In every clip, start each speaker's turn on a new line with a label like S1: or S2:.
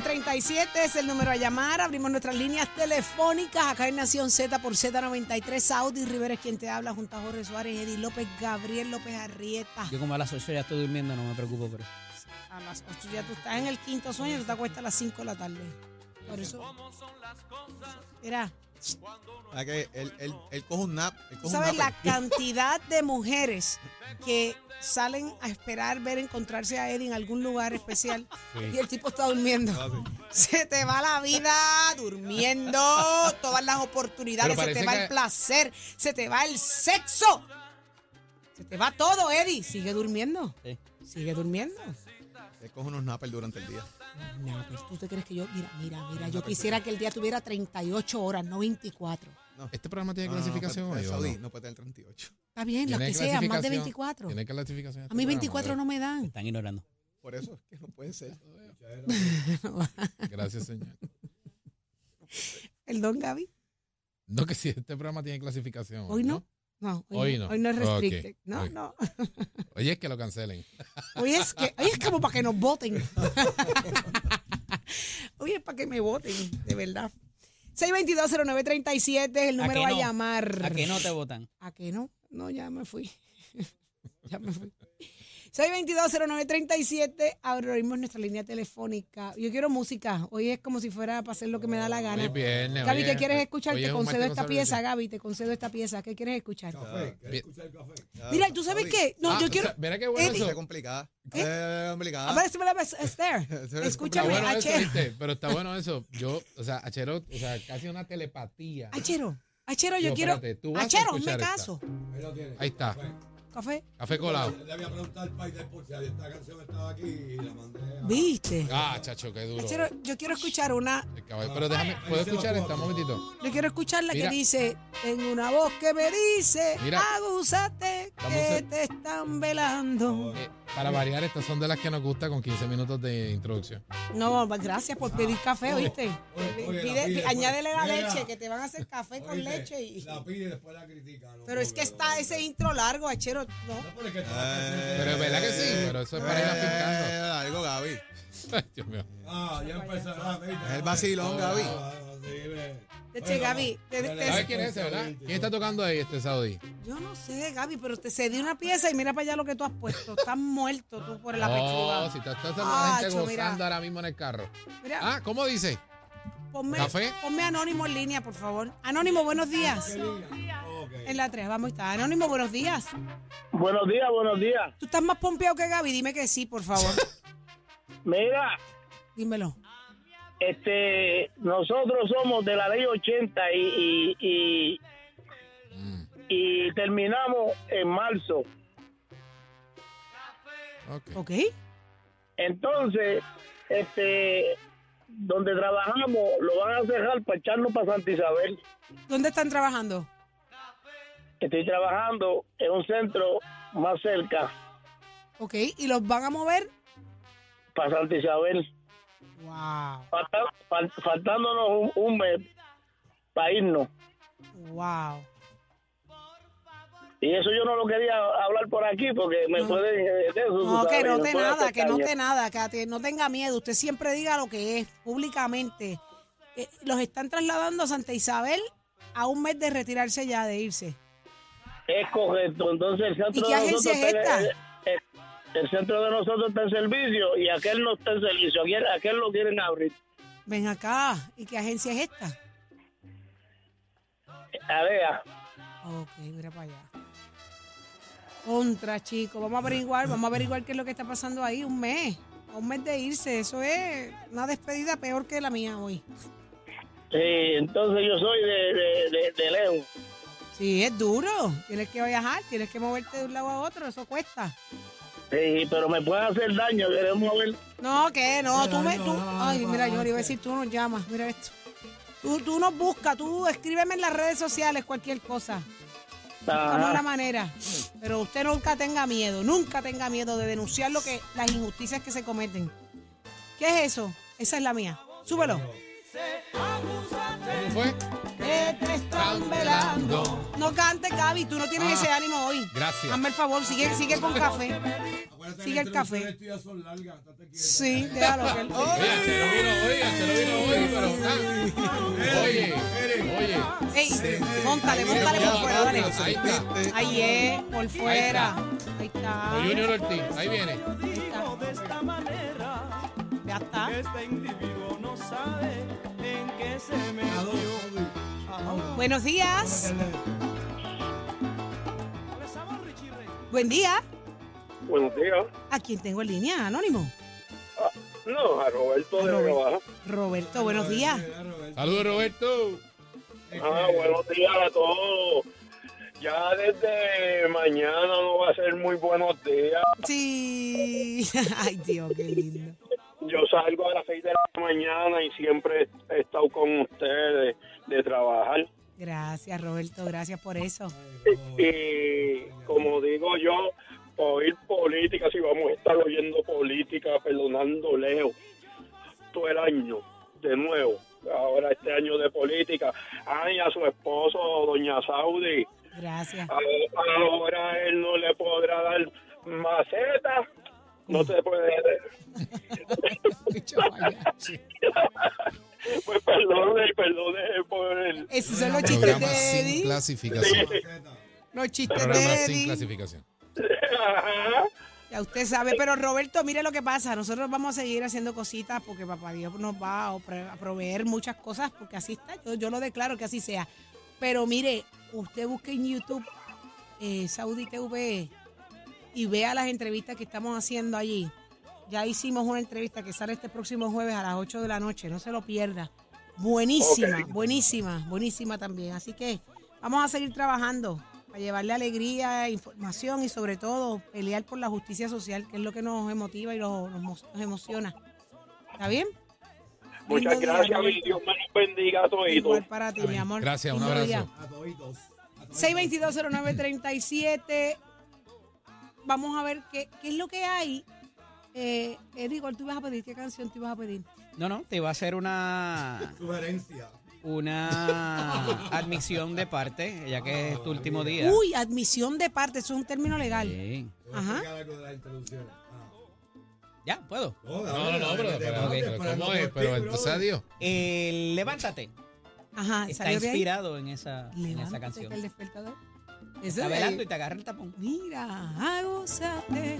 S1: 622-0937 es el número a llamar. Abrimos nuestras líneas telefónicas acá en Nación Z por Z93. Saudi Rivera es quien te habla, junto a Jorge Suárez, Eddie López, Gabriel López Arrieta.
S2: Yo como a las 8 ya estoy durmiendo, no me preocupo por eso.
S1: A las 8 ya tú estás en el quinto sueño, tú te acuestas a las 5 de la tarde. Por eso. Mira,
S3: Ah, que él, él- él coge un nap. Él
S1: tú
S3: coge un
S1: sabes la
S3: napper.
S1: cantidad de mujeres que salen a esperar ver encontrarse a Eddie en algún lugar especial y el tipo está durmiendo.
S4: Ah,
S1: Se te va la vida durmiendo, todas las oportunidades,
S4: Pero
S1: se te
S4: parece
S1: va
S4: que-
S1: el placer, se te va el sexo. Se te va todo, Eddie. Sigue durmiendo.
S2: Sí.
S1: Sigue durmiendo.
S3: Él coge unos nappers durante el día.
S1: No,
S2: pues.
S1: pero tú te crees que yo. Mira, mira, mira. Yo quisiera que el día tuviera 38 horas, no 24.
S4: Este programa tiene
S3: No, no, no,
S4: clasificación
S3: puede-
S4: hoy. ¿o
S3: Saudí
S4: no?
S3: no puede tener 38.
S1: Está bien, las
S4: ¿Tiene
S1: que sean, más de
S4: clasificación?
S1: 24.
S4: Tiene clasificación. este
S1: A mí 24 no me
S2: Me
S1: dan.
S2: están ignorando.
S3: Por eso es que no puede ser.
S4: Gracias, señor.
S1: El don Gaby.
S4: No, que si este programa tiene clasificación.
S1: Hoy no. No, hoy,
S4: Hoy
S1: no.
S4: no.
S1: Hoy no es
S4: Ok,
S1: restricted. No,
S4: ok.
S1: no.
S4: ¿no? Oye, es que lo cancelen.
S1: Hoy es que, hoy es como para que nos voten. hoy es para que me voten, de verdad. 622-0937 es el
S2: ¿A
S1: número
S2: que
S1: a,
S2: no?
S1: llamar.
S2: ¿A que no te votan?
S1: ¿A que no? No, ya me fui. ya me fui. 622-0937, abrimos nuestra línea telefónica. Yo quiero música. Hoy es como si fuera para hacer lo que me da la
S4: Hoy
S1: gana.
S4: es viernes.
S1: Gaby,
S4: hoy
S1: ¿qué
S4: es-
S1: quieres escuchar?
S4: hoy
S1: Te
S4: es un
S1: concedo
S4: martes
S1: esta
S4: conservador.
S1: pieza, Gaby, te concedo esta pieza. ¿Qué quieres escuchar?
S3: Ah,
S1: Mira, ¿tú sabes
S3: Saudí.
S1: qué? No,
S4: Ah,
S1: yo
S4: o
S1: quiero... este
S4: sea, Mira qué bueno
S1: Eddie.
S3: Está
S4: eso.
S3: complicada. Eh, complicada.
S5: ah.
S1: A ver, espera, espera, espera,
S3: Eso
S1: Esther.
S3: es
S4: Está
S1: Escúchame,
S4: bueno eso,
S1: Achero.
S4: ¿viste? Pero está bueno eso. Yo, o sea, Achero, o sea, casi una telepatía.
S1: Achero, Achero, yo
S4: Yo,
S1: quiero...
S4: espérate, tú vas a
S1: Achero, me
S4: escuchar esta.
S1: caso.
S4: Ahí está.
S1: Café.
S4: Café colado.
S5: Le voy a preguntar al país por si esta canción estaba aquí y la mandé a...
S1: ¿Viste?
S4: Ah, chacho, qué duro.
S1: Achero, yo quiero escuchar una...
S4: El caballo. Pero déjame, ¿puedo escuchar esta un momentito?
S1: Yo quiero escuchar la
S4: Mira.
S1: que dice, tengo una voz que me dice,
S4: Mira.
S1: agúzate
S4: Vamos
S1: que
S4: a-
S1: te están
S5: Oh,
S1: velando.
S4: Eh, para variar, estas son de las que nos gusta con 15 minutos de introducción.
S1: No, pues, gracias por pedir café, ¿oíste?
S5: eh. oye, oye, la
S1: Pide-
S5: pide,
S1: añádele la
S5: oye. Mira.
S1: leche, que te van a hacer café con
S5: Oíste,
S1: leche y...
S5: La pide y después la critica. no
S1: Pero es que
S5: puedo,
S1: está
S5: no,
S1: ese
S5: no.
S1: intro largo, Achero, ¿no?
S5: No, pero es que está
S3: Eh,
S4: Pero es verdad que sí, pero eso es para ir afincando.
S3: eh, algo, Gaby.
S4: Ay, Dios mío.
S5: Ah, ya empezará. mira.
S3: Es el vacilón, Gaby.
S5: Ah, sí, ve.
S1: Este,
S5: Bueno,
S1: Gaby, te-
S5: pero
S1: te-
S4: ¿Sabes quién es ese, verdad? ¿Quién está tocando ahí este Saudi?
S1: Yo no sé, Gaby, pero te cedí una pieza y mira para allá lo que tú has puesto. Estás muerto tú por la
S4: Oh,
S1: pechuga. Ah,
S4: si te estás la gente
S1: Acho, mira.
S4: gozando ahora mismo en el carro.
S1: Mira,
S4: Ah, ¿cómo dice?
S1: ponme,
S4: ¿café?
S1: ponme Anónimo en línea, por favor. Anónimo, buenos días.
S5: Ok.
S1: En la 3, vamos, ahí está. Anónimo, buenos días.
S6: Buenos días, buenos días.
S1: Tú estás más pompeado que Gaby, dime que sí, por favor.
S6: Mira,
S1: Dímelo.
S6: este, nosotros somos de la ley 80 y, y,
S4: Mm,
S6: y, y terminamos en marzo.
S4: ok.
S1: ¿Ok?
S6: Entonces, este, donde trabajamos lo van a cerrar para echarnos para Santa Isabel.
S1: ¿Dónde están trabajando?
S6: Estoy trabajando en un centro más cerca
S1: ¿Ok? ¿Y los van a mover?
S6: para Santa Isabel,
S1: Wow,
S6: falta- fal- faltándonos un, un mes para irnos.
S1: wow.
S6: Y eso yo no lo quería hablar por aquí porque me
S1: No.
S6: pueden... eh, de eso, tú
S1: No, que
S6: sabes,
S1: no
S6: me
S1: te
S6: pueden
S1: nada,
S6: hacer
S1: que no
S6: caña.
S1: te nada, que te- no tenga miedo. Usted siempre diga lo que es públicamente. Eh, los están trasladando a Santa Isabel a un mes de retirarse ya, de irse.
S6: Es correcto. Entonces el centro
S1: ¿Y qué
S6: de
S1: agencia
S6: nosotros
S1: es
S6: está en-
S1: esta?
S6: El, el centro de nosotros está en servicio y aquel no está en servicio. Aquel, aquel lo quieren abrir.
S1: Ven acá, ¿y qué agencia es esta?
S6: A ver, ah,
S1: Ok, mira para allá. Contra, chico. Vamos a averiguar, vamos a averiguar qué es lo que está pasando ahí. Un mes, a un mes de irse. Eso es una despedida peor que la mía hoy.
S6: sí, entonces yo soy de, de, de, de lejos.
S1: Sí, es duro. Tienes que viajar, tienes que moverte de un lado a otro. Eso cuesta.
S6: Sí, Eh, pero me pueden hacer daño. Queremos ver.
S1: No, que no, tú me.
S5: no,
S1: tú-
S5: no, no,
S1: ay,
S5: no,
S1: mira, yo
S5: no,
S1: le iba a
S5: que-
S1: decir, tú nos llamas, mira esto. Tú, tú nos buscas, tú escríbeme en las redes sociales cualquier cosa. Buscamos la
S6: Ajá.
S1: manera. Pero usted nunca tenga miedo, nunca tenga miedo de denunciar lo que las injusticias que se cometen. ¿Qué es eso? Esa es la mía. Súbelo.
S4: ¿Fue?
S1: Que te están velando. No cantes, Gaby, tú no tienes
S4: Ah,
S1: ese ánimo hoy.
S4: gracias.
S1: Hazme el favor, sigue, sigue con café.
S5: Acuérdate
S1: Sigue
S5: que
S1: el
S5: entre
S1: café.
S5: ustedes tuyas son
S1: Ah,
S5: largas, estate quieta.
S1: Sí, déjalo que él.
S4: Oye, Achero vino hoy, Achero vino hoy, pero. ah, oye, oye.
S1: Ey, montale, montale
S3: Ya,
S1: por fuera,
S3: papi,
S1: dale.
S3: lo
S4: Ahí está.
S3: sentiste.
S1: Ahí es, por fuera. Ahí está.
S4: O Junior Ortiz, ahí viene.
S1: Ahí está. Ya está.
S5: A dos, Gaby.
S1: Buenos días. Buen día.
S7: Buenos días.
S1: ¿A quién tengo en línea? Anónimo.
S7: No, a Roberto de
S1: Roberto.
S7: Baja.
S1: Roberto, buenos días.
S4: Saludos, Roberto.
S7: Ah, buenos días a todos. Ya desde mañana no va a ser muy buenos días.
S1: Sí. Ay, Dios, qué lindo.
S7: Yo salgo a las 6 de la mañana y siempre he estado con ustedes de trabajar.
S1: Gracias, Roberto, gracias por eso.
S7: Y Eh, como digo yo, oír política, si vamos a estar oyendo política, perdonando Leo, todo el año, de nuevo, ahora este año de política. Ay, a su esposo, doña Saudi,
S1: Gracias.
S7: a- ahora él no le podrá dar maceta, no te puede Pues perdone, perdone por el...
S1: Esos son los chistes
S4: Programa
S1: de
S4: sin
S1: Eddie.
S4: clasificación.
S1: Los chistes
S4: Programa
S1: de
S4: sin
S1: Eddie.
S4: clasificación.
S7: Ajá.
S1: Ya usted sabe, pero Roberto, mire lo que pasa. Nosotros vamos a seguir haciendo cositas porque papá Dios nos va a pro- a proveer muchas cosas porque así está. Yo, yo lo declaro que así sea. Pero mire, usted busque en YouTube eh, Saudi TV y vea las entrevistas que estamos haciendo allí. Ya hicimos una entrevista que sale este próximo jueves a las 8 de la noche, no se lo pierda. Buenísima, buenísima, buenísima también. Así que vamos a seguir trabajando para llevarle alegría, información y sobre todo pelear por la justicia social, que es lo que nos emotiva y lo- nos, mo- nos emociona. ¿Está bien?
S7: Muchas
S1: Lindo día,
S7: gracias,
S1: Roberto.
S7: mi Dios me los bendiga a todos.
S1: Igual para ti, mi amor.
S4: Gracias, un
S1: Lindo
S4: abrazo.
S1: día.
S5: A toditos. A toditos.
S1: 6220937. Vamos a ver qué, qué es lo que hay. Eh, Eddie, ¿cuál tú ibas a pedir? ¿Qué canción tú ibas a pedir?
S2: No, no, te iba a hacer una,
S5: Sugerencia.
S2: una admisión de parte, ya que es tu último día.
S1: Uy, admisión de parte, eso es un término legal.
S2: Sí.
S5: Te voy a
S1: Ajá.
S5: explicar algo de las introducciones. Ah.
S2: Ya, puedo.
S4: No, no, no, pero, pero, pero ¿cómo es? Pero entonces adiós.
S2: Eh, levántate.
S1: Ajá,
S2: Está
S1: Ah, salió de ahí.
S2: inspirado en esa, en esa
S1: Levántate, que El
S2: canción.
S1: despertador. Eso
S2: Está
S1: es-
S2: velando y te agarra el tapón.
S1: Mira, ah, gózate.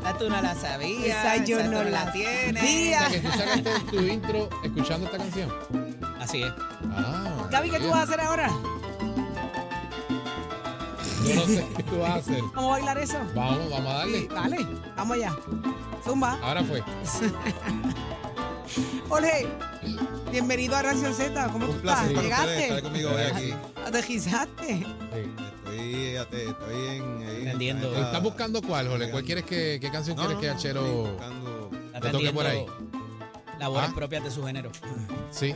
S2: Esa tú no la sabías.
S1: Esa yo no
S2: tú
S1: la
S2: tienes.
S1: sabía.
S4: O sea, que tú sacaste tu intro escuchando esta canción.
S2: Así es.
S4: Ah.
S1: Gaby, ¿qué tú
S4: bien.
S1: vas a hacer ahora?
S4: Yo no sé qué tú vas a hacer.
S1: ¿Vamos a bailar eso?
S4: Vamos, vamos a
S1: Sí,
S4: darle. Ah.
S1: Dale, vamos allá. Zumba.
S4: Ahora fue.
S1: Jorge, bienvenido a Radio Z. ¿Cómo tú
S3: Un placer
S1: estás?
S3: para ustedes estar
S1: ¿Llegaste?
S3: conmigo hoy aquí.
S1: ¿Aterrizaste?
S4: Sí.
S3: Estoy, ate- estoy en... ahí en
S2: Entendiendo.
S3: esta-
S4: ¿Estás buscando cuál, Jole? ¿Cuál quieres que, qué canción
S3: No,
S4: quieres
S3: no,
S4: que
S3: no,
S4: Achero?
S3: estoy buscando-
S2: Está
S4: Te toque por ahí.
S2: atendiendo Labores
S4: Ah.
S2: propias de su género.
S4: Sí.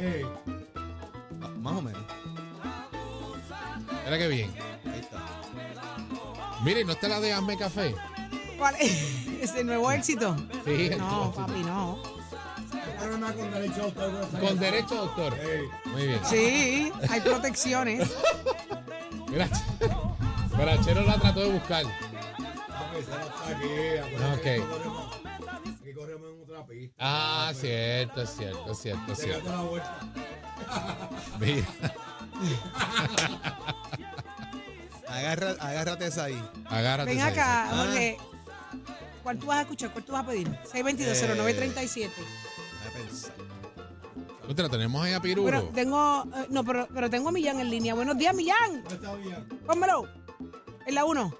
S3: Ah, Más o menos.
S4: Mira que bien.
S3: Ahí está.
S4: Mire, ¿no está la de Hazme Café?
S1: ¿Cuál es? ¿Es el nuevo éxito?
S4: Sí.
S1: No, papi, no.
S5: Pero no con derecho a autor, con esa
S4: Con
S5: canción.
S4: derecho, doctor.
S5: Ey,
S4: Muy bien.
S1: Sí, hay protecciones.
S4: Mira, pero Achero la trató de buscar.
S5: papi, esa no está aquí. acuérdate que
S4: Ok.
S5: corremos- Aquí corremos en otra pista.
S4: Ah, cierto, es cierto, es cierto, es
S5: Llegando
S4: cierto.
S5: a la vuelta.
S4: Mira,
S3: Agarra, agárrate esa ahí.
S4: agárrate.
S1: Ven
S4: esa,
S1: acá,
S3: Ah.
S1: Jorge. ¿Cuál tú vas a escuchar? ¿Cuál tú vas a pedir? 622-0937.
S3: Déjame pensar.
S4: esa. Usted, la tenemos ahí a Piruro.
S1: Bueno, tengo. eh, no, pero, pero tengo a Millán en línea. Buenos días, Millán.
S5: No está bien.
S1: Pónmelo. En la 1.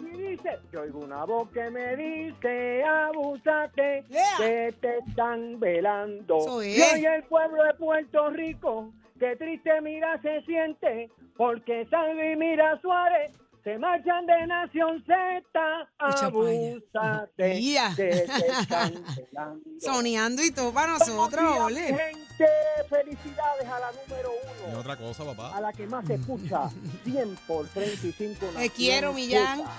S7: Y dice, yo oigo una voz que me dice, abusate,
S1: Yeah.
S7: que te están velando.
S1: Eso es.
S7: Y hoy el pueblo de Puerto Rico, que triste mira se siente, porque Salvi mira Suárez, se marchan de Nación Z,
S1: Echa pa' allá.
S7: abusate,
S1: Yeah.
S7: que te están velando.
S1: Soneando y todo para nosotros,
S7: Buenos días,
S1: ole.
S7: gente, felicidades a la número
S3: Es
S7: uno
S3: otra cosa, papá.
S7: a la que más se escucha, 100 por 35
S1: Te quiero,
S7: naciones
S1: Millán.
S7: Z.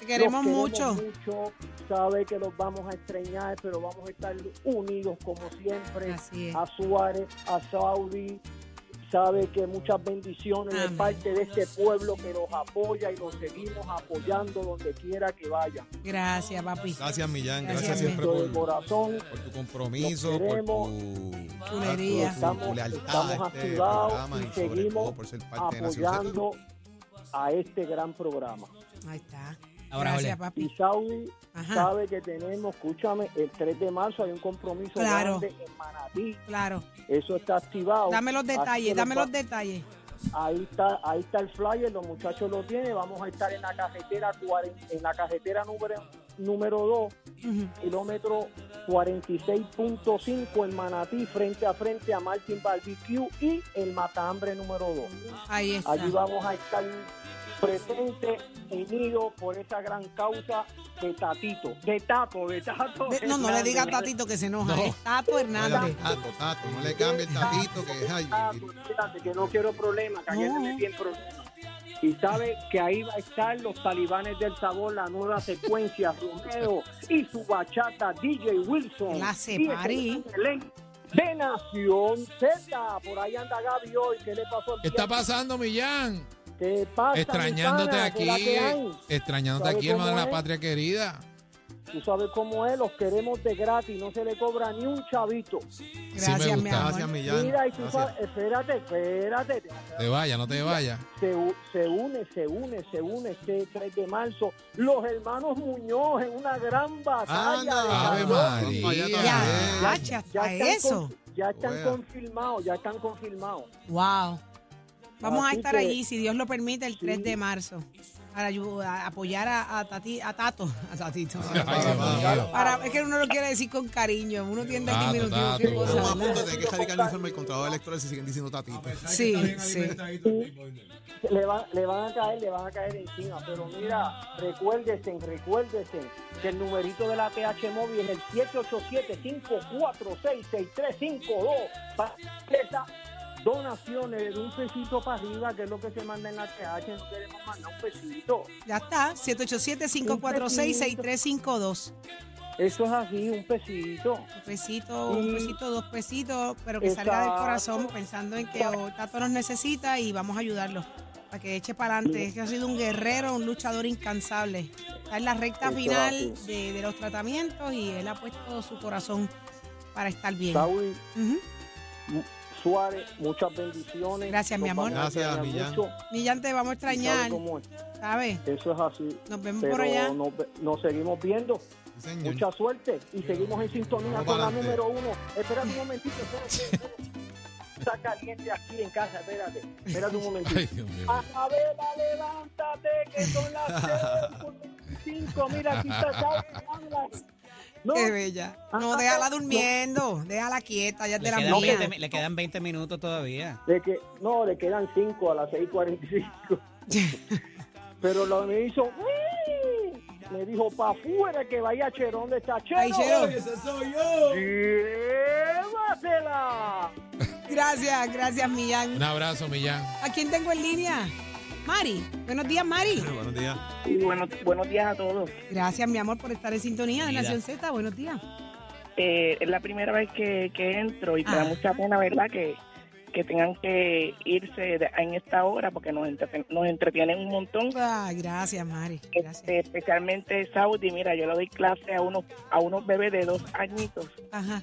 S1: Te queremos
S7: Los
S1: mucho.
S7: mucho. Sabe que los vamos a extrañar, pero vamos a estar unidos como siempre.
S1: Así es.
S7: A Suárez, a Saudi,
S8: sabe que muchas bendiciones de
S1: Amén.
S8: parte de este pueblo que nos apoya y nos seguimos apoyando donde quiera que vaya.
S1: Gracias, papi.
S3: Gracias, Millán. Gracias,
S1: Gracias,
S3: siempre
S8: Esto de
S3: por,
S8: corazón
S3: por tu compromiso,
S8: Los
S3: por
S8: queremos.
S3: tu,
S1: Chulería.
S3: por tu- tu,
S8: Estamos-
S3: lealtad
S8: estamos
S3: a este
S8: activados
S3: programa
S8: y
S3: y, sobre
S8: seguimos
S3: todo por ser parte de Nación Z.
S8: apoyando a este gran programa.
S1: Ahí está.
S2: Ahora,
S1: Gracias,
S2: Jorge.
S8: Y
S1: papi.
S8: Saudi
S1: Ajá,
S8: sabe que tenemos, escúchame, el 3 de marzo hay un compromiso
S1: Claro.
S8: grande en Manatí.
S1: claro.
S8: Eso está activado.
S1: Dame los
S8: Así que
S1: detalles,
S8: los
S1: dame
S8: va-
S1: los detalles.
S8: Ahí está, ahí está el flyer, los muchachos lo tienen. Vamos a estar en la carretera cuaren- en la carretera número número 2,
S1: Ujú.
S8: kilómetro 46.5 en Manatí, frente a frente a Martin Barbecue y el Matambre número 2.
S1: Ahí está.
S8: Allí vamos a estar presentes, unidos por esa gran causa de Tatito, de Tato, de Tato.
S1: De- no, no le
S8: Hernández.
S1: diga a Tatito que se enoja.
S4: No.
S1: Es Tato
S3: No le-
S1: Hernández.
S3: Tato, Tato, no le cambie el tatito que es ay,
S8: Tato,
S3: bendito.
S8: Ah, pues, espérate, que no quiero problemas, que ayer
S1: No.
S8: me metí en problemas. Y sabe que ahí va a estar los talibanes del sabor, la nueva secuencia, Romeo y su bachata, DJ Wilson.
S1: La hace
S8: Y el
S1: parí.
S8: elenco De Nación Z, por ahí anda Gaby hoy, ¿qué le pasó? al
S4: ¿Qué está
S8: día?
S4: pasando, Millán?
S8: ¿Qué pasa, mi
S4: Extrañándote
S8: pana? ¿Qué
S4: aquí,
S8: la que hay?
S4: extrañándote
S8: ¿Sabe
S4: aquí, hermano de
S8: cómo
S4: la
S8: es?
S4: patria querida.
S8: Tú sabes cómo es, los queremos de gratis, no se le cobra ni un chavito.
S1: Gracias,
S4: gusta.
S1: mi amor.
S3: Gracias, Millán.
S8: Mira, y tú
S3: Gracias.
S8: sabes, espérate, espérate.
S4: Te vaya, no te vaya.
S8: Se, u- se une, se une, se une este 3 de marzo. Los hermanos Muñoz en una gran batalla. de
S3: Anda,
S4: Ave María.
S8: canciones.
S3: Vamos allá
S4: Ya,
S3: también.
S1: Ya, hacha, hasta
S8: están
S1: eso.
S8: con- ya están
S3: Oiga.
S8: confirmados, ya están confirmados.
S1: Wow. Vamos a
S8: Así
S1: estar
S8: que-
S1: allí, si Dios lo permite, el 3
S8: Sí.
S1: de marzo para ayudar, apoyar a, a Tati- a Tato. A Tatito.
S4: Ay, Dios mío.
S1: Para- es que uno lo quiere decir con cariño. Uno tiende a
S4: Tato,
S1: disminuir
S4: Tato.
S3: Pero
S1: cosas,
S3: Estamos a
S1: ¿verdad?
S3: punto de que Jari Carlos enfermo y el controlador electoral se siguen diciendo tatito.
S1: Sí, sí.
S8: Le, va- le van a caer, le van a caer encima. Pero mira, recuérdese, recuérdese que el numerito de la TH Móvil es el 787-546-6352. Para esas donaciones de un pesito para arriba, que es lo que se manda en la TH, no queremos mandar un pesito.
S1: Ya está. 787-546-6352.
S8: Eso es así, un pesito.
S1: Un pesito, un
S8: Sí.
S1: pesito, dos pesitos, pero que salga del
S8: Exacto.
S1: corazón pensando en que oh, Tato nos necesita y vamos a ayudarlo. Para que eche para adelante. Es que ha sido un guerrero, un luchador incansable. Está en la recta
S8: Eso
S1: final
S8: así.
S1: de, de los tratamientos y él ha puesto su corazón para estar bien.
S8: Saúl
S1: Ujú.
S8: Suárez, muchas bendiciones.
S1: Gracias, mi
S8: Nos
S1: amor.
S8: vamos a
S3: Gracias,
S8: extrañar
S3: Millán.
S8: mucho.
S1: Millán, te vamos a
S8: Sabe
S1: extrañar,
S8: cómo es.
S1: ¿sabes?
S8: Eso es así.
S1: Nos vemos
S8: Pero
S1: por allá.
S8: nos, ve- nos seguimos viendo.
S3: Sí, señor.
S8: Mucha suerte y seguimos en sintonía
S3: Vamos
S8: con la
S3: pa'lante.
S8: número uno. Espérate un momentito. espérate, espérate. Está caliente aquí en casa, espérate. Espérate un momentito.
S4: Ay, Dios mío.
S8: Anabela, levántate, que son las 5. Mira, aquí está Saúl. No,
S1: Qué bella. No,
S8: Ah,
S1: déjala
S8: no.
S1: durmiendo, déjala quieta, ya te
S2: Le
S1: la
S2: quedan,
S1: mía.
S2: 20, mi- le quedan 20 minutos todavía.
S8: de que, no, le quedan 5 a las 6.45. Pero lo me hizo. "Uy". Me dijo, pa' afuera que vaya Cherón de esta Chero.
S1: Ay, Chero.
S5: Ese soy yo.
S8: ¡Llévatela!
S1: Gracias, gracias,
S4: Un
S1: Millán.
S4: abrazo, Millán.
S1: ¿A quién tengo en línea? Mari. Buenos días, Mari.
S3: Buenos días.
S6: Y bueno, buenos días a todos.
S1: Gracias, mi amor, por estar en sintonía de
S2: Mira.
S1: Nación Z. Buenos días.
S6: Eh, es la primera vez que, que entro y me da
S1: Ah.
S6: mucha pena, ¿verdad? Que, que tengan que irse de- en esta hora porque nos, entreten- nos entretienen un montón.
S1: Ay, Ah, gracias, Mari. Gracias.
S6: Este, especialmente Saudi, mira, yo le doy clase a unos, a unos bebés de dos añitos
S1: Ajá.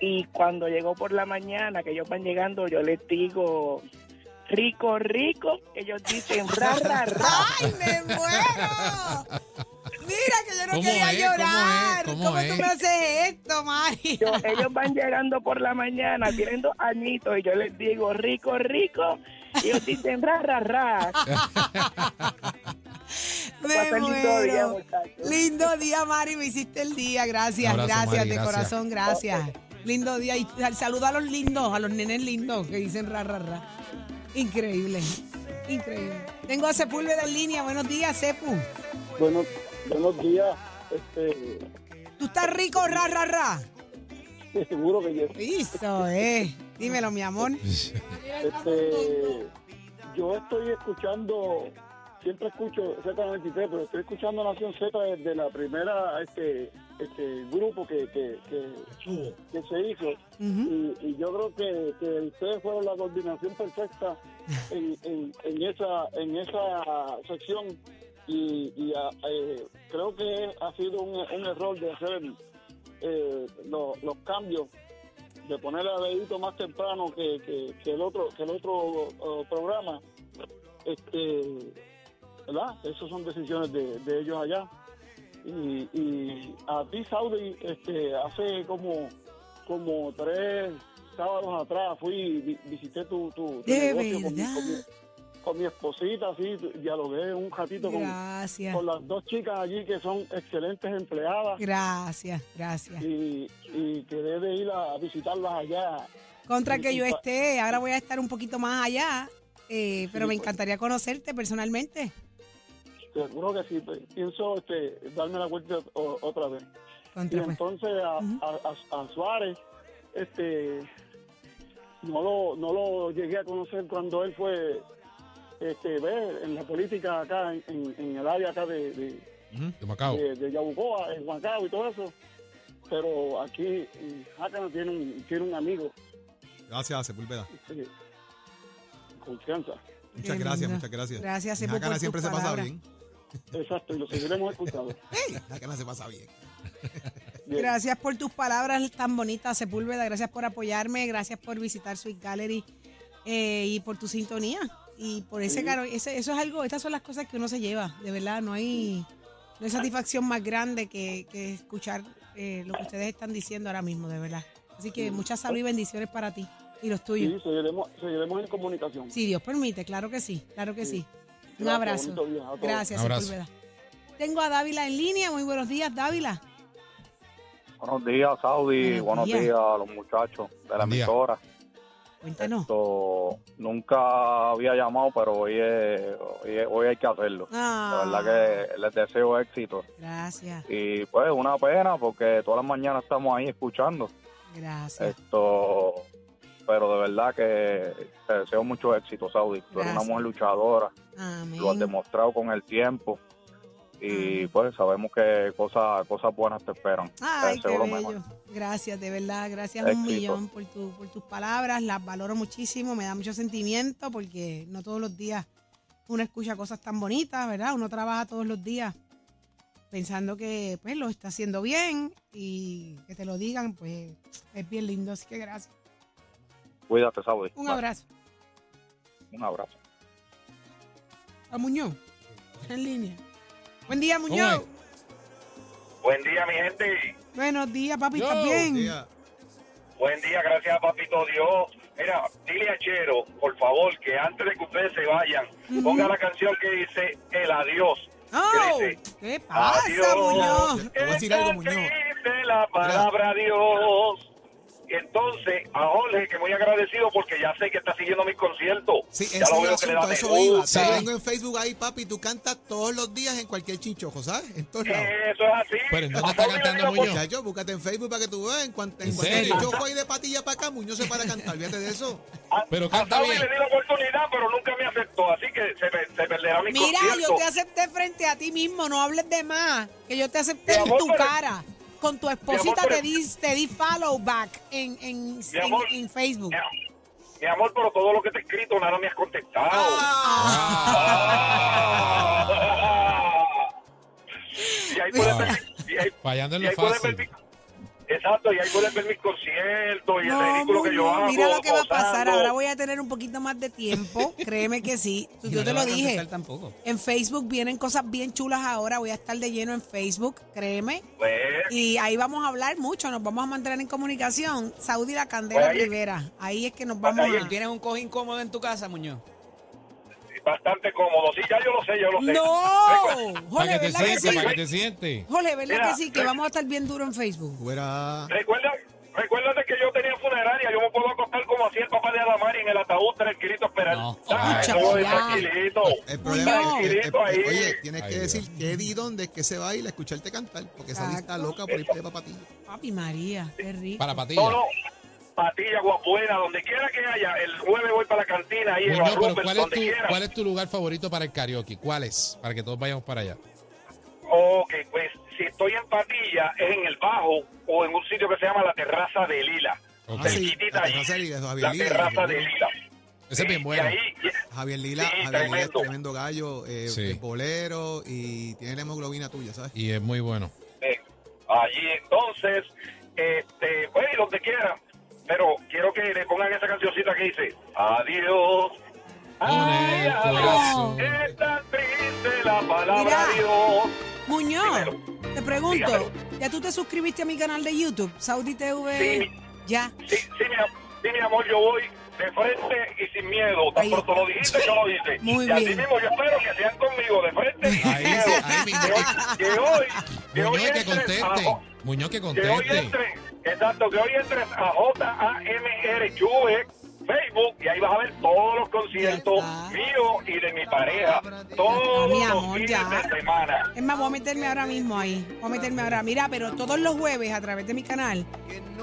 S6: y cuando llegó por la mañana, que ellos van llegando, yo les digo, rico, rico, ellos dicen, ra, ra, ra.
S1: ¡Ay, me muero! Mira que yo no
S4: ¿Cómo
S1: quería
S4: es? ¿Cómo es?
S1: llorar. ¿Cómo,
S4: ¿Cómo
S1: tú
S4: es?
S1: me haces esto, Mari?
S6: Yo- ellos van llegando por la mañana, tienen dos añitos, y yo les digo, rico, rico, y ellos dicen, ra, ra, ra.
S1: Me
S6: Pasen lindo día,
S1: muero.
S6: muchachos.
S1: Lindo día, Mari, me hiciste el día. Gracias,
S4: Un abrazo,
S1: gracias,
S4: Mari,
S1: de
S4: gracias.
S1: corazón, gracias. Lindo día. Y saludo a los lindos, a los nenes lindos que dicen ra, ra, ra. Increíble, increíble. Tengo a Sepúlveda en línea. Buenos días, Sepu.
S8: Bueno, buenos días. Este,
S1: ¿Tú estás rico, ra, ra, ra?
S8: seguro que yo,
S1: Eso, eh. Dímelo, mi amor.
S8: este, yo estoy escuchando
S9: siempre escucho Z93, pero estoy escuchando Nación Z desde la primera este, este grupo que, que, que,
S6: Estuvo.
S9: que se hizo.
S1: Ujú.
S9: Y, y yo creo que, que ustedes fueron la coordinación perfecta en, en, en esa en esa sección y, y, ah, eh, creo que ha sido un, un error de hacer eh, lo- los cambios de poner a Leito más temprano que, que, que el otro que el otro oh, programa este verdad esas son decisiones de, de ellos allá y, y a ti Saudi este hace como como tres sábados atrás fui y vi- visité tu, tu, tu
S1: De
S9: negocio con mi-
S1: verdad.
S9: con mi- con mi esposita, así, dialogué un ratito con,
S1: Gracias.
S9: con las dos chicas allí que son excelentes empleadas
S1: Gracias, gracias.
S9: y, y que debe ir a visitarlas allá.
S1: Contra que yo
S9: Sí,
S1: esté, ahora voy a estar un poquito más allá, eh, pero
S9: Sí,
S1: me
S9: pues.
S1: encantaría conocerte personalmente.
S9: Seguro que sí, pues, pienso este, darme la vuelta o- otra vez. Y
S1: Contra, pues.
S9: entonces a,
S1: Ujú.
S9: a- a- a Suárez, este, no lo, no lo llegué a conocer cuando él fue, este, ve, en la política acá, en, en- en el área acá de- de,
S4: De Macao.
S9: de, de Yabucoa, en Huancao y todo eso. Pero aquí en Jacana tiene un, tiene un amigo
S3: Gracias, Sepúlveda.
S9: eh, confianza.
S3: Muchas
S1: Qué
S3: gracias,
S1: lindo.
S3: muchas gracias.
S1: Gracias, Sepu,
S3: En Jacana
S1: por
S3: siempre
S1: tus
S3: se pasa
S1: palabras.
S3: bien.
S9: Exacto, y lo seguiremos escuchando.
S3: En Jacana se pasa bien.
S9: Bien.
S1: Gracias por tus palabras tan bonitas, Sepúlveda. Gracias por apoyarme. Gracias por visitar Sweet Gallery eh, y por tu sintonía. Y por ese
S9: Sí.
S1: caro, ese- eso es algo, estas son las cosas que uno se lleva, de verdad. No hay, no hay satisfacción más grande que, que escuchar eh, lo que ustedes están diciendo ahora mismo, de verdad. Así que mucha salud y bendiciones para ti y los tuyos.
S9: Oh. Sí, seguiremos, seguiremos en comunicación.
S1: Si Dios permite, claro que sí, claro que sí.
S9: Sí.
S1: Un abrazo.
S9: bonito día a todos.
S1: Gracias,
S4: Un abrazo.
S1: Sepúlveda. Tengo a Dávila en línea. Muy buenos días, Dávila.
S10: Buenos días, Saudi.
S1: Buenos
S10: Buenos
S1: días.
S10: días, a los muchachos de la
S4: Buen día.
S10: emisora.
S1: Cuéntanos.
S10: Esto, nunca había llamado, pero hoy, es- hoy, es- hoy hay que hacerlo.
S1: Ah,
S10: La verdad que les deseo éxito.
S1: Gracias,
S10: Y pues, una pena porque todas las mañanas estamos ahí escuchando.
S1: gracias.
S10: Esto, pero de verdad que te deseo mucho éxito, Saudi. Tú eres una
S1: Gracias.
S10: mujer luchadora,
S9: Eh.
S1: Amén.
S10: lo has demostrado con el tiempo. Y
S1: Amén.
S10: pues sabemos que cosas cosas buenas te esperan.
S1: Ay,
S10: Te
S1: qué
S10: deseo lo mejor.
S1: bello. Gracias, de verdad. Gracias un
S10: Éxito.
S1: millón por, tu, por tus palabras. Las valoro muchísimo. Me da mucho sentimiento porque no todos los días uno escucha cosas tan bonitas, ¿verdad? Uno trabaja todos los días pensando que pues lo está haciendo bien y que te lo digan, pues es bien lindo. Así que gracias.
S10: Cuídate, Saudi.
S1: Un abrazo.
S10: Un abrazo.
S1: A Muñoz. En línea. Buen día,
S4: ¿Cómo
S1: Muñoz.
S10: Buen día, mi gente.
S1: Buenos días, papi.
S4: Yo,
S1: ¿Estás bien?
S3: Diga,
S10: Buen día, gracias a Papito Dios. Mira, dile a Chero, por favor, que antes de que ustedes se vayan,
S1: Ujú.
S10: ponga la canción que dice El Adiós.
S1: ¡Oh!
S10: ¿Qué dice?
S1: ¿Qué pasa,
S10: Adiós.
S1: Muñoz?
S3: Te voy a decir algo, Muñoz.
S10: Dice la palabra Dios. Y entonces, a Jorge, que muy agradecido porque ya sé que está siguiendo mis conciertos.
S3: Sí, ese
S10: ya
S3: es
S10: lo
S3: el
S10: veo que le da
S3: asunto,
S10: me
S3: eso iba.
S10: gusta.
S3: Te tengo en Facebook ahí, papi, tú cantas todos los días en cualquier chinchojo, ¿sabes? En todos lados.
S10: Eso es así.
S4: Pero no
S10: A
S4: te está
S10: Jorge le
S4: cantando
S10: dio por-
S4: Muñoz.
S3: Ya yo, búscate en Facebook para que tú veas. En cuanto en
S4: ¿En
S3: cuanto
S4: serio?
S3: chinchojo ahí de patilla para acá, Muñoz se para a cantar. Fíjate de eso.
S10: a-
S4: Pero
S10: a
S4: canta
S10: Saudi
S4: Ah, bien.
S10: le di la oportunidad, pero nunca me aceptó. Así que se, me- se perderá mi
S1: Mira,
S10: concierto.
S1: yo te acepté frente a ti mismo, no hables de más. Que yo te acepté
S10: Mi
S1: en
S10: amor,
S1: tu
S10: pero-
S1: cara. Con tu esposita
S10: pero-
S1: te, di, te di follow back en, en, en-
S10: amor.
S1: en Facebook.
S10: Mi- Mi amor, pero todo lo que te he escrito, nada me has contestado.
S1: Ah.
S10: Ah. y ahí puedes ver, y ahí-
S4: Fallando en
S10: y
S4: lo
S10: ahí puedes ver
S4: fácil.
S10: mi- exacto, y ahí puedes ver mis conciertos y el
S1: No,
S10: ridículo que pues yo
S1: Muñoz,
S10: hago.
S1: mira lo que va a pasar.
S10: posando.
S1: Ahora voy a tener un poquito más de tiempo. Créeme que sí.
S2: Y
S1: Yo
S2: no
S1: te
S2: va
S1: lo
S2: a contestar
S1: dije.
S2: tampoco.
S1: En Facebook vienen cosas bien chulas ahora. Voy a estar de lleno en Facebook. Créeme.
S10: Pues,
S1: Y ahí vamos a hablar mucho, nos vamos a mantener en comunicación. Saudi La Candela
S10: Pues ahí- Pues
S1: Rivera, ahí es que nos vamos
S10: ahí
S1: a...
S10: es-
S2: ¿Tienes un cojín cómodo en tu casa, Muñoz?
S10: bastante cómodo. Sí, ya yo lo sé, yo lo sé.
S1: ¡No!
S4: Para
S1: Jole,
S4: que te
S1: ¿verdad que
S4: sientes,
S1: sí?
S4: para que te sientes.
S1: Jole, ¿verdad
S10: Mira, eh,
S1: que sí? Que
S10: yo-
S1: vamos a estar bien duro en Facebook.
S3: Fuera.
S10: Recuerda, recuérdate que yo tenía funeraria, yo me puedo acostar como hacía el papá de Adamari en el ataúd tranquilito esperando.
S2: No.
S10: Ah,
S1: Escucha,
S10: eso es
S1: ya.
S10: tranquilito.
S3: El problema es que-
S10: Muñoz.
S3: el- el- oye, tienes
S4: Ahí
S3: que
S4: va.
S3: decir qué di dónde es que se va a ir a escucharte cantar, porque esa
S1: Exacto.
S3: lista loca por irte para patilla.
S1: Papi María, qué rico.
S4: Para patilla.
S10: No, no. Patilla, Guapuena, donde quiera que haya, el jueves voy para la cantina, ahí en
S4: Muñoz, pero
S10: Rupert,
S4: ¿cuál es,
S10: donde
S4: tu,
S10: quiera.
S4: ¿cuál es tu lugar favorito para el karaoke? ¿Cuál es? Para que todos vayamos para allá.
S10: Ok, pues si estoy en Patilla, es en el Bajo o en un sitio que se llama la Terraza de Lila.
S4: Ok.
S3: Ah, sí, la
S10: Cerquitita allí.
S3: terraza de Lila, Javier
S10: La
S3: Lila,
S10: Terraza
S3: seguro.
S10: de Lila.
S4: Ese es
S10: Y
S4: bien bueno.
S10: ahí-
S3: Javier Lila,
S10: Sí,
S3: Javier Lila es
S10: tremendo.
S3: tremendo gallo, eh,
S4: Sí.
S3: es bolero y tiene la hemoglobina tuya, ¿sabes?
S4: Y es muy bueno.
S10: Eh, allí entonces, este, pues donde quiera, pero quiero que le pongan esa cancioncita que dice, adiós.
S4: Con el corazón.
S10: es tan triste la palabra
S1: Mira.
S10: adiós.
S1: Muñoz, te pregunto,
S10: Dígamelo.
S1: ¿ya tú te suscribiste a mi canal de YouTube, Saudi TV?
S10: Sí.
S1: Ya.
S10: Sí, sí, mi, am- sí, mi amor, yo voy de frente y sin miedo.
S1: Ahí
S10: Tan pronto lo dijiste, yo lo hice.
S1: Muy
S10: y así
S1: bien.
S10: mismo yo espero que sean conmigo de frente y sin
S4: Ahí,
S10: miedo.
S4: ahí mismo.
S10: Que hoy, que hoy, que hoy
S4: Muñoz que
S10: entres a
S4: conteste.
S10: jo-
S4: Muñoz que
S10: que hoy
S4: conteste.
S10: entres, exacto, que hoy entres a J-A-M-R-U-E, Facebook, y ahí vas a ver todos los conciertos
S1: Ya está. Ah,
S10: míos y de mi pareja.
S1: Mi
S10: Todos los
S1: amor,
S10: días
S1: ya.
S10: de semana.
S1: Es más, voy a meterme ahora mismo ahí. Voy a meterme ahora. Mira, pero todos los jueves a través de mi canal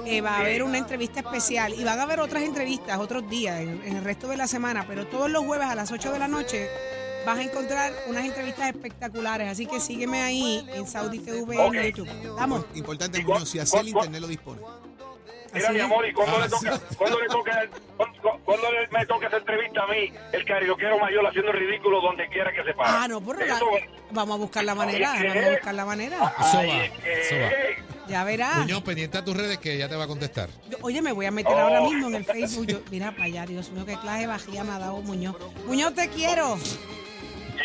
S1: eh, va a haber una entrevista especial y van a haber otras entrevistas otros días en, en el resto de la semana. Pero todos los jueves a las 8 de la noche vas a encontrar unas entrevistas espectaculares. Así que sígueme ahí en Saudi TV
S10: Ok.
S1: en YouTube. Vamos.
S3: Importante,
S10: ¿Y cu-
S3: Muñoz, si así el
S10: cu- cu-
S3: internet lo dispone.
S10: Mira,
S1: Así
S10: mi
S1: es.
S10: amor, ¿y cuándo,
S4: Ah,
S10: le toca, cuándo le toca, cuándo- cu- cuándo le- me toca esa entrevista a mí, el carioquero mayor haciendo el ridículo donde quiera que se pare?
S1: Ah, no, por la-
S10: Eso-
S1: vamos a buscar la manera.
S10: Ahí es.
S1: Vamos a buscar la manera.
S4: Eso
S10: Ay,
S4: va,
S10: es que- Ah.
S4: eso
S1: Ya verás.
S4: Muñoz, pendiente a tus redes que ya te va a contestar.
S1: Yo- Oye, me voy a meter ahora mismo en el Facebook. Yo- mira para allá, Dios mío, qué clase de bajía me ha dado Muñoz. Muñoz, te quiero.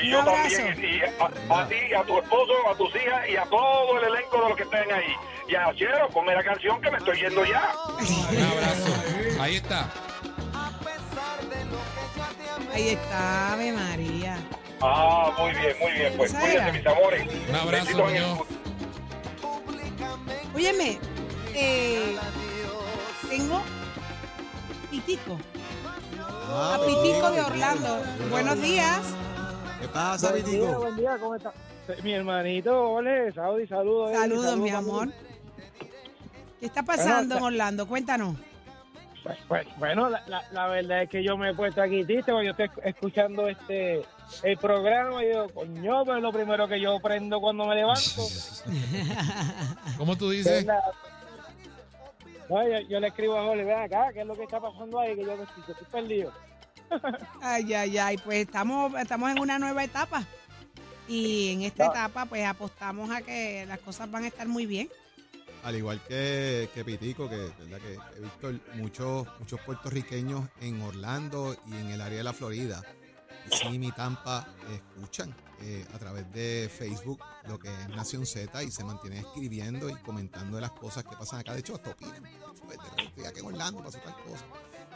S10: Y
S1: Un
S10: yo
S1: abrazo.
S10: también, y a, a ti, a tu esposo, a tus hijas y a todo el elenco de los que estén ahí. Y a Chero, ponme la canción que me estoy yendo ya.
S4: Un abrazo. Ahí está.
S1: Ahí está, Ave María.
S10: Ah, muy bien, muy bien. Pues
S1: Esa
S10: cuídense,
S1: era.
S10: mis amores.
S4: Un abrazo,
S10: Besitos en el-
S4: Muñoz.
S1: Óyeme, eh, tengo Pitico,
S3: Ah,
S1: a Pitico de Orlando. Buenos días.
S3: ¿Qué pasa, Pitico?
S8: buen día, ¿cómo está? Mi hermanito, ole, Saudi, saludos. eh,
S1: Saludos, mi
S8: papi.
S1: amor. ¿Qué está pasando en Orlando? Cuéntanos.
S8: Pues, pues, bueno, la, la- la verdad es que yo me he puesto aquí triste porque yo estoy esc- escuchando este el programa y yo, coño, pero es lo primero que yo prendo cuando me levanto.
S4: ¿Cómo tú
S8: es
S4: dices?
S8: la- No, yo, yo le escribo a Jorge, ven acá, ¿qué es lo que está pasando ahí? Que yo me estoy, estoy perdido.
S1: Ay, ay, ay, pues estamos, estamos en una nueva etapa. Y en esta
S8: Ya.
S1: etapa, pues apostamos a que las cosas van a estar muy bien.
S3: Al igual que, que Pitico, que verdad que he visto el- muchos, muchos puertorriqueños en Orlando y en el área de la Florida, Miami, Tampa, escuchan eh, a través de Facebook lo que es Nación Z y se mantienen escribiendo y comentando de las cosas que pasan acá. De hecho, hasta opinan. Pues, de repente, "Mira que en Orlando pasó tal cosa.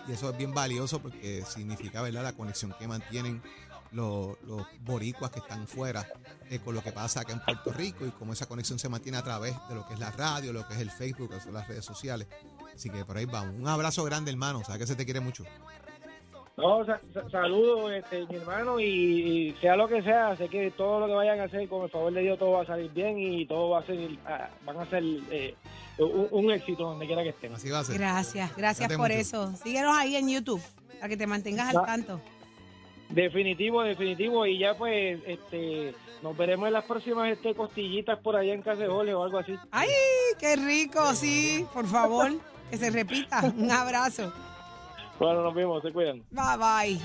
S3: Y eso es bien valioso porque significa ¿verdad? la conexión que mantienen los, los boricuas que están fuera eh, con lo que pasa acá en Puerto Rico y cómo esa conexión se mantiene a través de lo que es la radio, lo que es el Facebook, que son las redes sociales. Así que por ahí vamos. Un abrazo grande, hermano. Sabes que se te quiere mucho.
S8: No, sa- sa- saludos, este, mi hermano, y, y sea lo que sea, sé que todo lo que vayan a hacer, con el favor de Dios, todo va a salir bien y todo va a ser, ah, van a ser eh, un, un éxito donde quiera que estén.
S3: Así va a ser.
S1: Gracias, gracias
S3: Cuídate
S1: por
S3: mucho.
S1: eso. Síguenos ahí en YouTube para que te mantengas al
S8: Ya.
S1: tanto.
S8: Definitivo, definitivo. Y ya pues, este, nos veremos en las próximas este, costillitas por allá en Casejoles o algo así.
S1: ¡Ay, qué rico! Sí, por favor, que se repita. Un abrazo.
S8: Bueno, nos vemos, se cuidan.
S1: Bye, bye.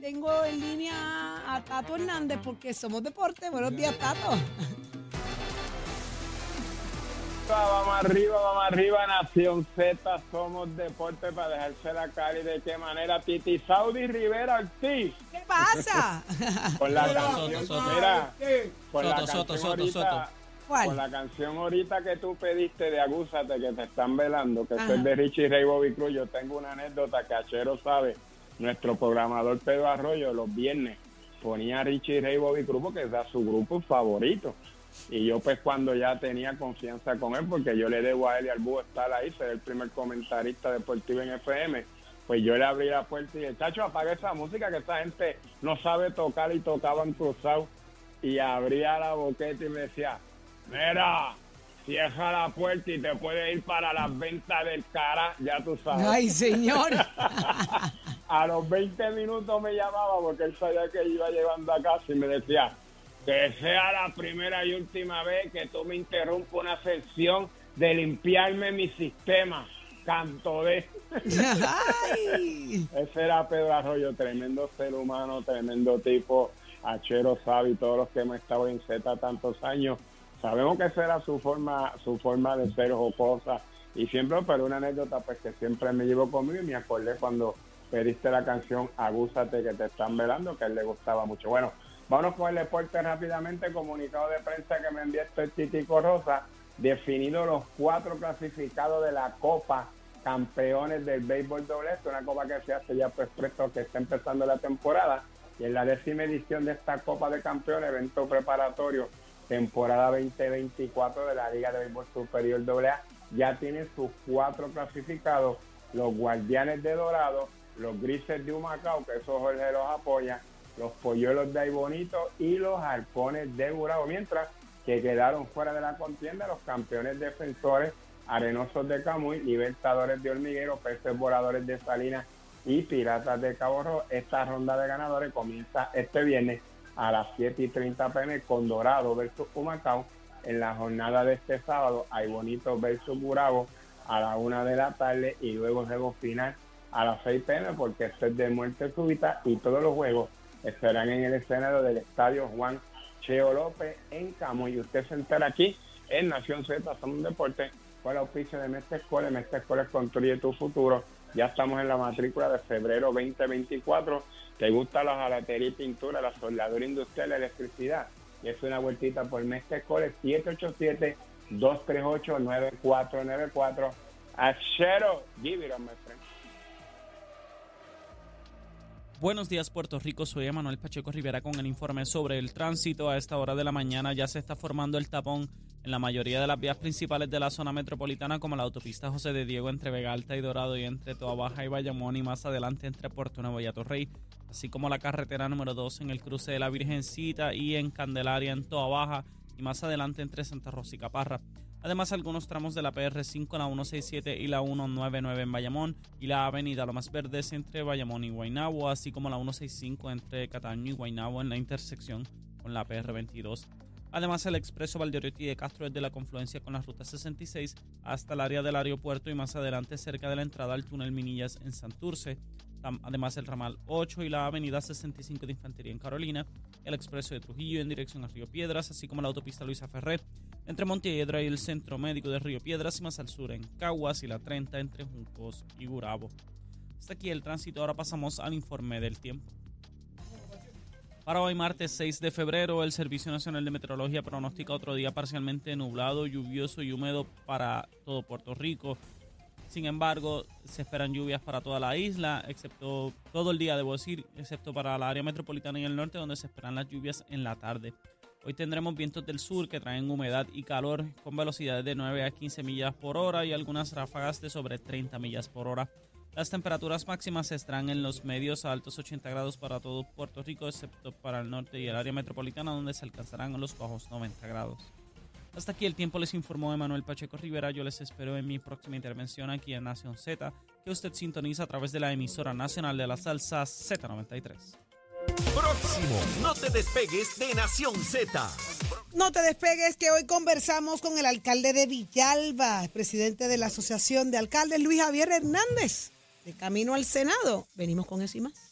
S1: Tengo en línea a Tato Hernández porque somos deporte. Buenos días, Tato.
S11: Vamos arriba, vamos arriba, Nación Z, somos deporte para dejarse la cara y de qué manera, Titi Saudi Rivera Ortiz,
S1: ¿Qué pasa?
S11: con la
S2: Soto,
S11: canción,
S2: Soto, Soto.
S11: mira, con la
S2: Soto, Soto,
S11: canción
S2: Soto,
S11: ahorita, con
S1: ¿Cuál?
S11: la canción ahorita que tú pediste de Agúzate, que te están velando, que
S1: Ajá.
S11: soy de Richie Ray Bobby Cruz, yo tengo una anécdota, Cachero sabe, nuestro programador Pedro Arroyo los viernes ponía a Richie Ray Bobby Cruz porque era su grupo favorito. Y yo pues cuando ya tenía confianza con él, porque yo le debo a él y al búho estar ahí, ser el primer comentarista deportivo en FM, pues yo le abrí la puerta y dije, chacho, apaga esa música que esa gente no sabe tocar y tocaban cruzado. Y abría la boqueta y me decía, mira, Cierra la puerta y te puedes ir para las ventas del cara, ya tú sabes.
S1: Ay, señor.
S11: a los 20 minutos me llamaba porque él sabía que iba llegando a casa y me decía que sea la primera y última vez que tú me interrumpas una sección de limpiarme mi sistema. Canto de...
S1: Ay.
S11: Ese era Pedro Arroyo, tremendo ser humano, tremendo tipo, Achero Sabi, todos los que hemos estado en Z tantos años. Sabemos que esa era su forma, su forma de ser jocosa. Y siempre, pero una anécdota pues que siempre me llevo conmigo y me acordé cuando pediste la canción Agúzate que te están velando, que a él le gustaba mucho. Bueno, vámonos con el deporte rápidamente. Comunicado de prensa que me envió este Titico Rosa, definido los cuatro clasificados de la Copa Campeones del Béisbol Doblete, una copa que se hace ya pues presto que está empezando la temporada. Y en la décima edición de esta Copa de Campeones, evento preparatorio, temporada 2024 de la Liga de Béisbol Superior AA, ya tiene sus cuatro clasificados, los Guardianes de Dorado, los grises de Humacao, que eso Jorge los apoya, los polluelos de Aibonito y los arpones de Burao, mientras que quedaron fuera de la contienda los campeones defensores, arenosos de Camuy, libertadores de Hormiguero, peces voladores de Salinas y piratas de Cabo Rojo. Esta ronda de ganadores comienza este viernes a las 7 y 30 pm con Dorado versus Humacao. En la jornada de este sábado, Aibonito versus Burao a la una de la tarde y luego el juego final a las 6 pm porque esto es de muerte súbita y todos los juegos estarán en el escenario del estadio Juan Cheo López en Camuy. Y usted se entera aquí en Nación Z, somos deporte con la auspicio de Mestre Escoles. Mestre Escoles construye tu futuro. Ya estamos en la matrícula de febrero 2024. ¿Te gusta la jalatería y pintura, la soldadura industrial, la electricidad? Y es una vueltita por Mestre Escoles 787-238-9494. Achero, give it on, my friend.
S12: Buenos días Puerto Rico, soy Emanuel Pacheco Rivera con el informe sobre el tránsito. A esta hora de la mañana ya se está formando el tapón en la mayoría de las vías principales de la zona metropolitana como la autopista José de Diego entre Vega Alta y Dorado y entre Toa Baja y Bayamón y más adelante entre Puerto Nuevo y Atorrey, así como la carretera número 2 en el cruce de la Virgencita y en Candelaria en Toa Baja y más adelante entre Santa Rosa y Caparra. Además, algunos tramos de la PR5, la 167 y la 199 en Bayamón y la avenida Lomas Verdes entre Bayamón y Guaynabo, así como la 165 entre Cataño y Guaynabo en la intersección con la PR22. Además, el expreso Valdeoriotti de Castro desde la confluencia con la ruta 66 hasta el área del aeropuerto y más adelante cerca de la entrada al túnel Minillas en Santurce. Tam- Además, el ramal 8 y la avenida 65 de Infantería en Carolina, el expreso de Trujillo en dirección a Río Piedras, así como la autopista Luisa Ferré entre Montiedra y el Centro Médico de Río Piedras y más al sur en Caguas y la 30 entre Juncos y Gurabo. Hasta aquí el tránsito, ahora pasamos al informe del tiempo. Para hoy martes 6 de febrero, el Servicio Nacional de Meteorología pronostica otro día parcialmente nublado, lluvioso y húmedo para todo Puerto Rico. Sin embargo, se esperan lluvias para toda la isla, excepto todo el día, debo decir, excepto para la área metropolitana y el norte, donde se esperan las lluvias en la tarde. Hoy tendremos vientos del sur que traen humedad y calor con velocidades de 9 a 15 millas por hora y algunas ráfagas de sobre 30 millas por hora. Las temperaturas máximas estarán en los medios a altos 80 grados para todo Puerto Rico, excepto para el norte y el área metropolitana, donde se alcanzarán los bajos 90 grados. Hasta aquí el tiempo les informó Emanuel Pacheco Rivera. Yo les espero en mi próxima intervención aquí en Nación Z, que usted sintoniza a través de la emisora nacional de la salsa Z93.
S13: Próximo, no te despegues de Nación Z.
S1: No te despegues que hoy conversamos con el alcalde de Villalba, el presidente de la Asociación de Alcaldes, Luis Javier Hernández. De camino al Senado, venimos con eso y más.